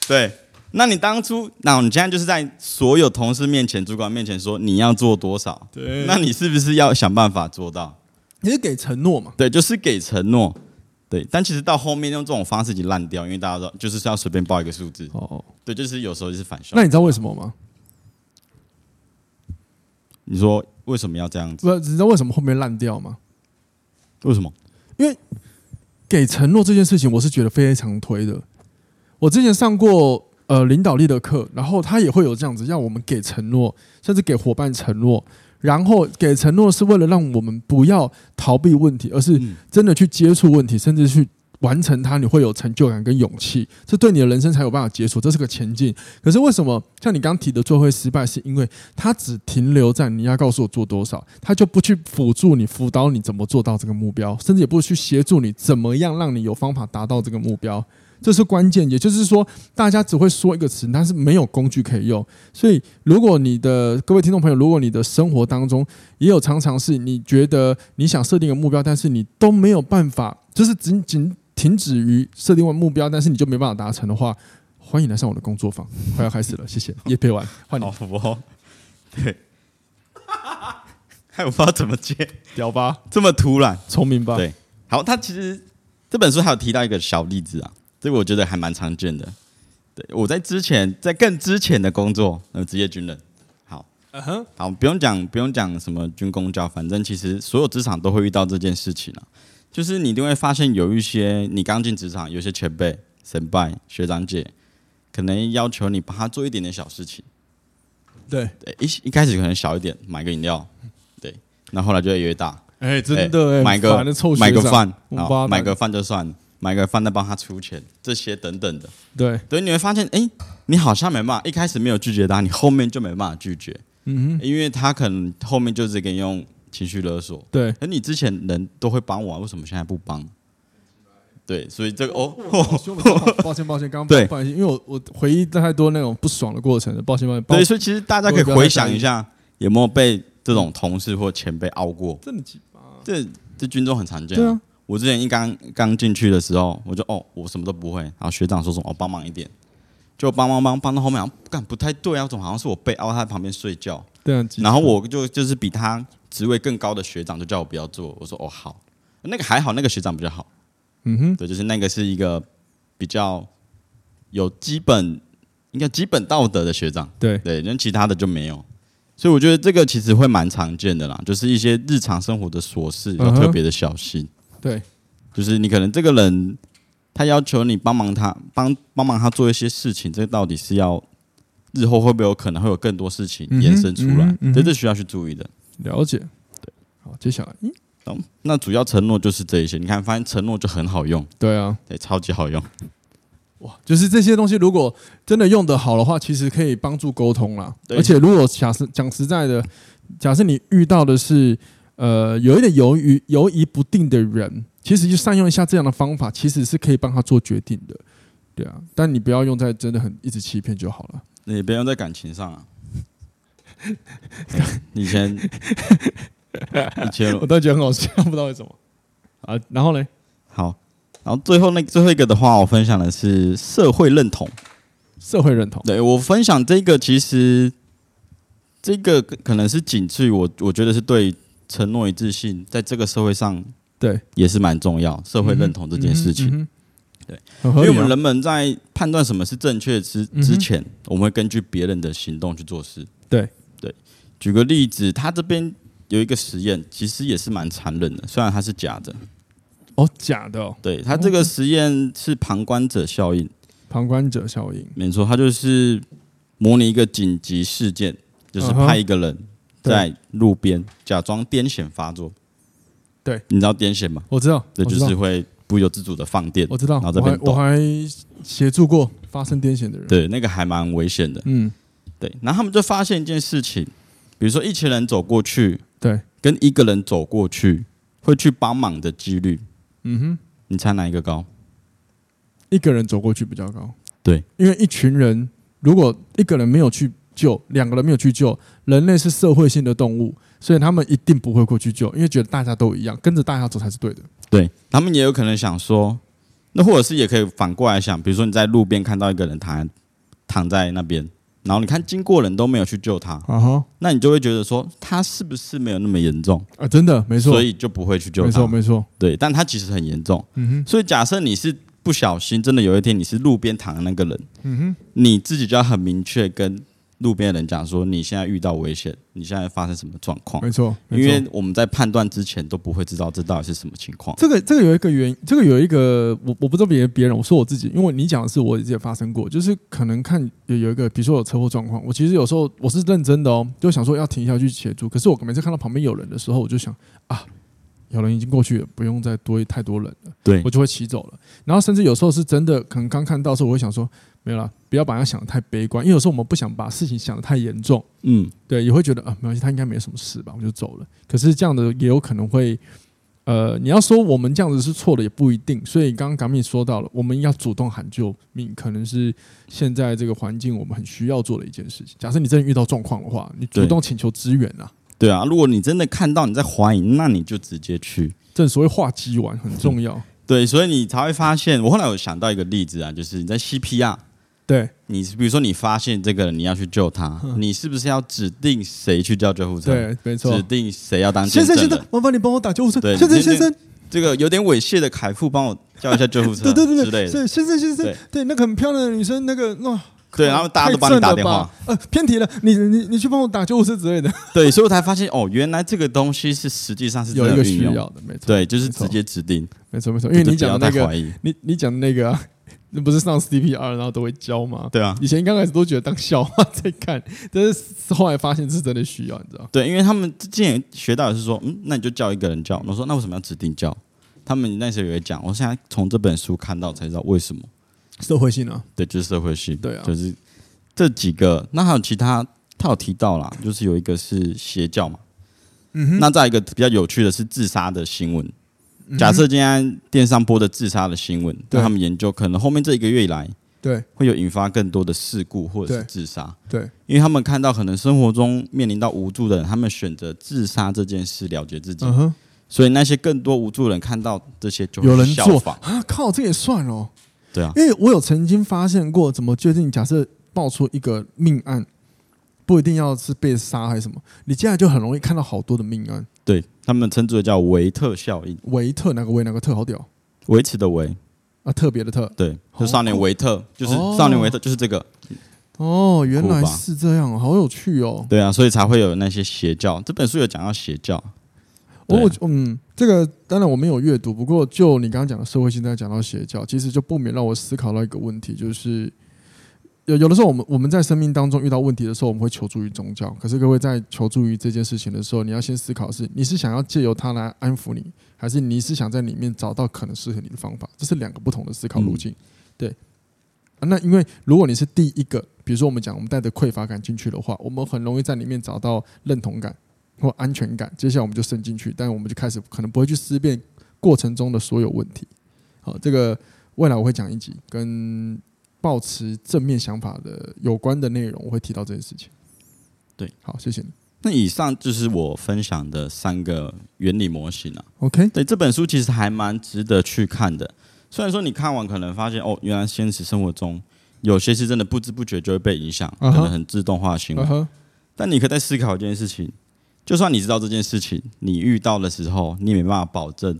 Speaker 2: 对，那你当初，那你现在就是在所有同事面前、主管面前说你要做多少，
Speaker 1: 对
Speaker 2: 那你是不是要想办法做到？
Speaker 1: 你是给承诺嘛？
Speaker 2: 对，就是给承诺。对，但其实到后面用这种方式已经烂掉，因为大家都就是要随便报一个数字。
Speaker 1: 哦，
Speaker 2: 对，就是有时候就是反效
Speaker 1: 那。你知道为什么吗？
Speaker 2: 你说为什么要这样子？
Speaker 1: 不，你知道为什么后面烂掉吗？
Speaker 2: 为什么？
Speaker 1: 给承诺这件事情，我是觉得非常推的。我之前上过呃领导力的课，然后他也会有这样子，让我们给承诺，甚至给伙伴承诺。然后给承诺是为了让我们不要逃避问题，而是
Speaker 2: 嗯
Speaker 1: 真的去接触问题，甚至去完成它，你会有成就感跟勇气，这对你的人生才有办法解锁，这是个前进。可是为什么像你刚提的最后会失败，是因为它只停留在你要告诉我做多少，它就不去辅助你、辅导你怎么做到这个目标，甚至也不去协助你怎么样让你有方法达到这个目标。这是关键，也就是说，大家只会说一个词，但是没有工具可以用。所以，如果你的各位听众朋友，如果你的生活当中也有常常是你觉得你想设定个目标，但是你都没有办法，就是仅仅停止于设定完目标，但是你就没办法达成的话，欢迎来上我的工作坊，快要开始了，谢谢。也配完，换你
Speaker 2: 好哦，对， 害我不知道怎么接，
Speaker 1: 屌吧，
Speaker 2: 这么突然。
Speaker 1: 聪明吧？
Speaker 2: 对好，他其实这本书还有提到一个小例子啊，这个我觉得还蛮常见的。对，我在之前，在更之前的工作，呃，职业军人。好，
Speaker 1: 嗯哼，
Speaker 2: 好，不用讲，不用讲什么军工教，反正其实所有职场都会遇到这件事情啊。就是你一定会发现有一些你刚进职场，有些前辈、神拜、学长姐，可能要求你帮他做一点点小事情。
Speaker 1: 对，
Speaker 2: 对，一一开始可能小一点，买个饮料，对，那后来就越来越大，
Speaker 1: 哎，真的哎，
Speaker 2: 买
Speaker 1: 烦
Speaker 2: 个
Speaker 1: 得臭学
Speaker 2: 买个
Speaker 1: 长
Speaker 2: 饭，
Speaker 1: 王八
Speaker 2: 然后
Speaker 1: 蛋
Speaker 2: 买个饭就算了，买个饭再帮他出钱，这些等等的。
Speaker 1: 对，
Speaker 2: 对，你会发现，哎，你好像没办法，一开始没有拒绝他，你后面就没办法拒绝，
Speaker 1: 嗯哼，
Speaker 2: 因为他可能后面就只给你用情绪勒索。
Speaker 1: 对，
Speaker 2: 可你之前人都会帮我、啊，为什么现在不帮？对，所以这个哦，
Speaker 1: 凶了抱歉抱 歉，刚刚
Speaker 2: 对
Speaker 1: 不好意思，因为我我回忆太多那种不爽的过程了，抱歉抱歉，抱
Speaker 2: 对，
Speaker 1: 歉，
Speaker 2: 所以其实大家可以回想一下，有没有被这种同事或前辈熬过？
Speaker 1: 真的鸡巴，
Speaker 2: 这这军中很常见、
Speaker 1: 对啊，
Speaker 2: 我之前一刚刚进去的时候，我就哦，我什么都不会。然后学长说什么，哦，帮忙一点，就帮帮帮帮到后面，好像干不太对啊，怎么好像是我被凹在旁边睡觉？
Speaker 1: 对啊，鸡巴
Speaker 2: 然后我就就是比他职位更高的学长就叫我不要做，我说哦好，那个还好，那个学长比较好，
Speaker 1: 嗯哼，
Speaker 2: 对，就是那个是一个比较有基本应该基本道德的学长，
Speaker 1: 对，
Speaker 2: 对，那其他的就没有。所以我觉得这个其实会蛮常见的啦，就是一些日常生活的琐事要
Speaker 1: 嗯哼
Speaker 2: 特别的小心。
Speaker 1: 对，
Speaker 2: 就是你可能这个人他要求你帮忙他帮帮忙他做一些事情，这到底是要日后会不会有可能会有更多事情
Speaker 1: 嗯哼
Speaker 2: 延伸出
Speaker 1: 嗯
Speaker 2: 来？
Speaker 1: 哼嗯哼
Speaker 2: 这这需要去注意的。
Speaker 1: 了解，对，好，接下来，嗯，
Speaker 2: 好那主要承诺就是这一些，你看，发现承诺就很好用，
Speaker 1: 对啊，
Speaker 2: 对，超级好用。
Speaker 1: 哇，就是这些东西如果真的用得好的话，其实可以帮助沟通啦。
Speaker 2: 对
Speaker 1: 而且如果假设讲实在的，假设你遇到的是呃有一点犹豫犹疑不定的人，其实就善用一下这样的方法，其实是可以帮他做决定的。对啊，但你不要用在真的很一直欺骗就好了。
Speaker 2: 那也不要用在感情 上啊。哎以前，以前
Speaker 1: 我倒觉得很好笑，不知道为什么啊。然后嘞，
Speaker 2: 好，然后最后那最后一个的话，我分享的是社会认同。
Speaker 1: 社会认同，
Speaker 2: 对我分享这个，其实这个可能是仅次于我，我觉得是对承诺一致性，在这个社会上
Speaker 1: 对
Speaker 2: 也是蛮重要，社会认同这件事情。
Speaker 1: 嗯哼，
Speaker 2: 对
Speaker 1: 嗯哼很合
Speaker 2: 因为
Speaker 1: 理
Speaker 2: 我们
Speaker 1: 啊。
Speaker 2: 人们在判断什么是正确之
Speaker 1: 嗯哼
Speaker 2: 之前，我们会根据别人的行动去做事。
Speaker 1: 对
Speaker 2: 对，举个例子，他这边有一个实验，其实也是蛮残忍的，虽然它是假的。
Speaker 1: 哦，假的、哦、
Speaker 2: 对他这个实验是旁观者效应，
Speaker 1: 旁观者效应，
Speaker 2: 没错，他就是模拟一个紧急事件，就是
Speaker 1: 嗯哼
Speaker 2: 派一个人
Speaker 1: 对
Speaker 2: 在路边假装癫痫发作。
Speaker 1: 对，
Speaker 2: 你知道癫痫吗？
Speaker 1: 我知道，
Speaker 2: 这
Speaker 1: 我
Speaker 2: 就
Speaker 1: 知道
Speaker 2: 是会不由自主的放电。
Speaker 1: 我知道，
Speaker 2: 然后这
Speaker 1: 我
Speaker 2: 边
Speaker 1: 还我
Speaker 2: 抖
Speaker 1: 还协助过发生癫痫的人。，
Speaker 2: 对，那个还蛮危险的。
Speaker 1: 嗯，
Speaker 2: 对，然后他们就发现一件事情，比如说一群人走过去，
Speaker 1: 对，
Speaker 2: 跟一个人走过去会去帮忙的几率，
Speaker 1: 嗯哼，
Speaker 2: 你猜哪一个高？
Speaker 1: 一个人走过去比较高。
Speaker 2: 对，
Speaker 1: 因为一群人如果一个人没有去救，两个人没有去救，人类是社会性的动物，所以他们一定不会过去救，因为觉得大家都一样，跟着大家走才是对的。
Speaker 2: 对他们也有可能想说，那或者是也可以反过来想，比如说你在路边看到一个人躺躺在那边，然后你看经过人都没有去救他，
Speaker 1: 啊哈，
Speaker 2: 那你就会觉得说他是不是没有那么严重，
Speaker 1: 啊，真的没错，
Speaker 2: 所以就不会去救
Speaker 1: 没错
Speaker 2: 他。
Speaker 1: 没错，
Speaker 2: 对，但他其实很严重。
Speaker 1: 嗯哼，
Speaker 2: 所以假设你是不小心，真的有一天你是路边躺的那个人，
Speaker 1: 嗯
Speaker 2: 你自己就要很明确跟路边的人讲说，你现在遇到危险，你现在发生什么状
Speaker 1: 哼，
Speaker 2: 况
Speaker 1: 没。错，没
Speaker 2: 因
Speaker 1: 错
Speaker 2: 为我们在判断之前都不会知道这到底是什么情况。
Speaker 1: 这个这个有一个原，这个有一个我我不知道别别人，我说我自己，因为你讲的是我自己也发生过，就是可能看有有一个，比如说有车祸状况，我其实有时候我是认真的哦，就想说要停下去协助，可是我每次看到旁边有人的时候，我就想啊，有人已经过去了，不用再多太多人了，
Speaker 2: 对
Speaker 1: 我就会骑走了。然后甚至有时候是真的，可能刚看到的时候，我会想说没有啦，不要把它想得太悲观，因为有时候我们不想把事情想得太严重。
Speaker 2: 嗯，
Speaker 1: 对，也会觉得啊，没关系，他应该没什么事吧，我就走了。可是这样的也有可能会，呃，你要说我们这样子是错的，也不一定。所以刚刚港米说到了，我们要主动喊救命，可能是现在这个环境我们很需要做的一件事情。假设你真的遇到状况的话，你主
Speaker 2: 对
Speaker 1: 动请求支援啊，
Speaker 2: 对啊，如果你真的看到你在怀疑，那你就直接去。
Speaker 1: 正所谓话鸡丸很重 要。
Speaker 2: 对，所以你才会发现。我后来有想到一个例子啊，就是你在 CPR，
Speaker 1: 对，
Speaker 2: 你比如说你发现这个人你要去救他，你是不是要指定谁去叫救护车？
Speaker 1: 嗯对，没错
Speaker 2: 指。定谁要当见
Speaker 1: 先
Speaker 2: 证
Speaker 1: 生，
Speaker 2: 人
Speaker 1: 先生，麻烦你帮我打救护车。
Speaker 2: 对
Speaker 1: 先生，
Speaker 2: 你先
Speaker 1: 先生，
Speaker 2: 这个有点猥亵的凯富，帮我叫一下救护车，
Speaker 1: 对对对
Speaker 2: 之
Speaker 1: 对，
Speaker 2: 类
Speaker 1: 是
Speaker 2: 的。
Speaker 1: 先生，先生
Speaker 2: 对，
Speaker 1: 对，那个很漂亮的女生，那个哇，
Speaker 2: 对，然后大家都
Speaker 1: 太
Speaker 2: 帮你
Speaker 1: 正
Speaker 2: 打
Speaker 1: 了
Speaker 2: 电
Speaker 1: 吧
Speaker 2: 话。。
Speaker 1: 呃，偏题了，你你你去帮我打救护车之类的。
Speaker 2: 对，所以我才发现哦，原来这个东西是实际上是 真
Speaker 1: 有
Speaker 2: 的
Speaker 1: 一个
Speaker 2: 运
Speaker 1: 需
Speaker 2: 用。
Speaker 1: 要的，没错，
Speaker 2: 对，就是
Speaker 1: 没错
Speaker 2: 直接指定，
Speaker 1: 没错没错，因为你讲的那
Speaker 2: 就不要
Speaker 1: 个，
Speaker 2: 再怀疑，
Speaker 1: 你你讲的那个、啊， 那不是上 CPR 然后都会教吗？
Speaker 2: 对啊，
Speaker 1: 以前刚开始都觉得当笑话在看，但是后来发现是真的需要，你知道？
Speaker 2: 对，因为他们之前学到的是说，嗯，那你就叫一个人叫，我说那为什么要指定叫？他们那时候也会讲，我现在从这本书看到才知道为什么，
Speaker 1: 社会性啊，
Speaker 2: 对，就是社会性，
Speaker 1: 对啊
Speaker 2: 就是这几个，那还有其他，他有提到啦，就是有一个是邪教嘛，
Speaker 1: 嗯哼，嗯
Speaker 2: 那再一个比较有趣的是自杀的新闻。假设今天电商播的自杀的新闻，
Speaker 1: 对
Speaker 2: 那他们研究可能后面这一个月以来
Speaker 1: 对
Speaker 2: 会有引发更多的事故或者是
Speaker 1: 对
Speaker 2: 自杀，
Speaker 1: 对
Speaker 2: 因为他们看到可能生活中面临到无助的人，他们选择自杀这件事了结自己，
Speaker 1: 嗯哼
Speaker 2: 所以那些更多无助的人看到这些就会
Speaker 1: 有人
Speaker 2: 效
Speaker 1: 做
Speaker 2: 仿，
Speaker 1: 啊，靠，这也算哦。
Speaker 2: 对啊，
Speaker 1: 因为我有曾经发现过，怎么确定假设爆出一个命案，不一定要是被杀还是什么，你接下来就很容易看到好多的命案。
Speaker 2: 对他们称之为叫维特效应，
Speaker 1: 维特哪个维哪个特好屌
Speaker 2: 维持的维，
Speaker 1: 啊，特别的特
Speaker 2: 对，就
Speaker 1: 哦
Speaker 2: 少年维特，就是
Speaker 1: 哦
Speaker 2: 少年维特就是这个，
Speaker 1: 哦，原来
Speaker 2: 酷吧
Speaker 1: 是这样，好有趣哦。
Speaker 2: 对啊，所以才会有那些邪教。这本书有讲到邪教，
Speaker 1: 我
Speaker 2: 对
Speaker 1: 我嗯，这个当然我没有阅读，不过就你刚刚讲的社会现在讲到邪教，其实就不免让我思考到一个问题，就是有有的时候我们我们在生命当中遇到问题的时候，我们会求助于宗教，可是各位在求助于这件事情的时候，你要先思考是你是想要借由它来安抚你，还是你是想在里面找到可能适合你的方法，这是两个不同的思考路径。对、啊，那因为如果你是第一个，比如说我们讲我们带着匮乏感进去的话，我们很容易在里面找到认同感。或安全感，接下来我们就渗进去，但我们就开始可能不会去思辨过程中的所有问题。好，这个未来我会讲一集跟保持正面想法的有关的内容，我会提到这件事情。
Speaker 2: 对，
Speaker 1: 好，谢谢你。
Speaker 2: 那以上就是我分享的三个原理模型啊。
Speaker 1: OK，
Speaker 2: 对，这本书其实还蛮值得去看的。虽然说你看完可能发现哦，原来现实生活中有些是真的不知不觉就会被影响，可
Speaker 1: 嗯哼
Speaker 2: 能很自动化的行为
Speaker 1: 嗯。哼，
Speaker 2: 但你可以再思考一件事情：就算你知道这件事情，你遇到的时候，你也没办法保证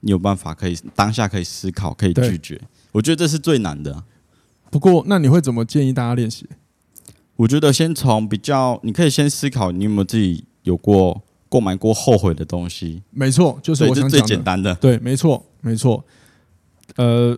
Speaker 2: 你有办法可以当下可以思考、可以
Speaker 1: 对
Speaker 2: 拒绝。我觉得这是最难的啊、
Speaker 1: 不过那你会怎么建议大家练习？
Speaker 2: 我觉得先从比较，你可以先思考你有没有自己有过购买过后悔的东西，
Speaker 1: 没错，就是
Speaker 2: 所以
Speaker 1: 我
Speaker 2: 这
Speaker 1: 想
Speaker 2: 最
Speaker 1: 讲
Speaker 2: 简
Speaker 1: 的。
Speaker 2: 单的。
Speaker 1: 对，没错，没错。呃，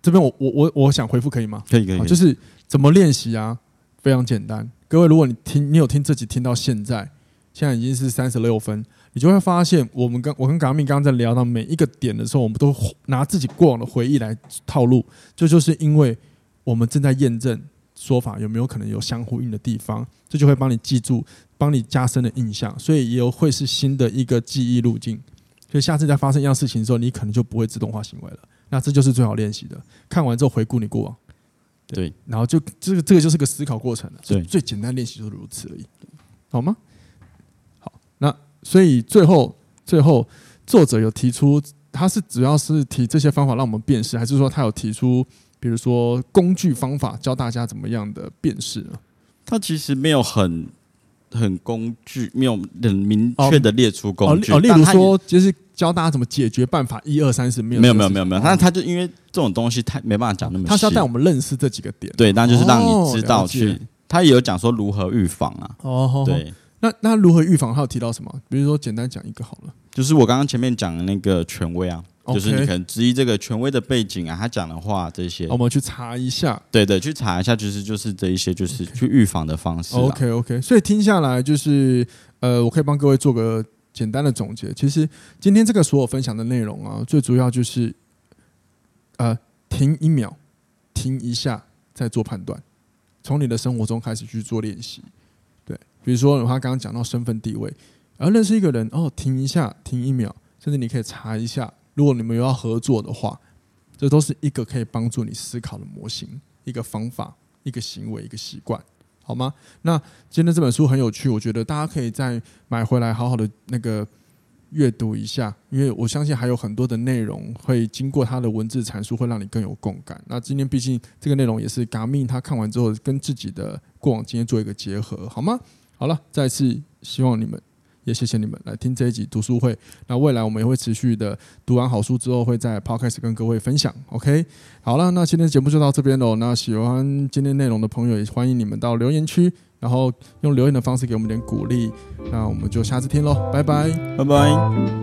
Speaker 1: 这边我我我我想回复可以吗？
Speaker 2: 可以可以，
Speaker 1: 啊，
Speaker 2: 可以
Speaker 1: 就是怎么练习啊，非常简单。各位，如果你听你有听这集听到现在，现在已经是三十六分，你就会发现，我们跟我跟 g a m i 刚刚在聊到每一个点的时候，我们都拿自己过往的回忆来套路，这就是因为我们正在验证说法有没有可能有相呼应的地方，这就会帮你记住，帮你加深的印象，所以也有会是新的一个记忆路径。所以下次再发生一样事情的时候，你可能就不会自动化行为了。那这就是最好练习的。看完之后回顾你过往，
Speaker 2: 对，
Speaker 1: 然后就这个这个就是个思考过程了，
Speaker 2: 对
Speaker 1: 最最简单练习就是如此而已，好吗？好，那所以最后最后作者有提出，他是主要是提这些方法让我们辨识，还是说他有提出，比如说工具方法教大家怎么样的辨识呢？
Speaker 2: 它其实没有很很工具，没有很明确的列出
Speaker 1: 哦
Speaker 2: 工具。
Speaker 1: 哦，例
Speaker 2: 但
Speaker 1: 如
Speaker 2: 它也
Speaker 1: 说就是教大家怎么解决办法一二三四，没有
Speaker 2: 没有
Speaker 1: 这
Speaker 2: 没
Speaker 1: 个
Speaker 2: 有
Speaker 1: 事
Speaker 2: 没有没有，
Speaker 1: 哦
Speaker 2: 但是它就因为这种东西太没办法讲那么细，
Speaker 1: 他是要带我们认识这几个点，
Speaker 2: 对，但就是让
Speaker 1: 哦
Speaker 2: 你知道
Speaker 1: 了解
Speaker 2: 去，他也有讲说如何预防啊，
Speaker 1: 哦，
Speaker 2: 对，
Speaker 1: 那那如何预防？他有提到什么？比如说简单讲一个好了，
Speaker 2: 就是我刚刚前面讲的那个权威啊，就是你
Speaker 1: OK
Speaker 2: 可能质疑这个权威的背景啊，他讲的话这些
Speaker 1: 好哦我，们去查一下，
Speaker 2: 对对，去查一下，其实就是这一些就是去预防的方式啊啦。
Speaker 1: OK OK，所以听下来就是呃，我可以帮各位做个简单的总结。其实今天这个所有分享的内容啊，最主要就是呃，停一秒，停一下，再做判断，从你的生活中开始去做练习。对，比如说他刚刚讲到身份地位，而认识一个人哦，停一下，停一秒，甚至你可以查一下，如果你们有要合作的话，这都是一个可以帮助你思考的模型，一个方法，一个行为，一个习惯，好吗？那今天这本书很有趣，我觉得大家可以再买回来好好的那个阅读一下，因为我相信还有很多的内容会经过它的文字阐述，会让你更有共感。那今天毕竟这个内容也是 g a m i 他看完之后跟自己的过往经验做一个结合，好吗？好了，再次希望你们。也谢谢你们来听这一集读书会。那未来我们也会持续的读完好书之后，会在 podcast 跟各位分享。OK，好了，那今天节目就到这边喽。那喜欢今天内容的朋友，也欢迎你们到留言区，然后用留言的方式给我们点鼓励。那我们就下次听喽，拜拜。
Speaker 2: 拜拜。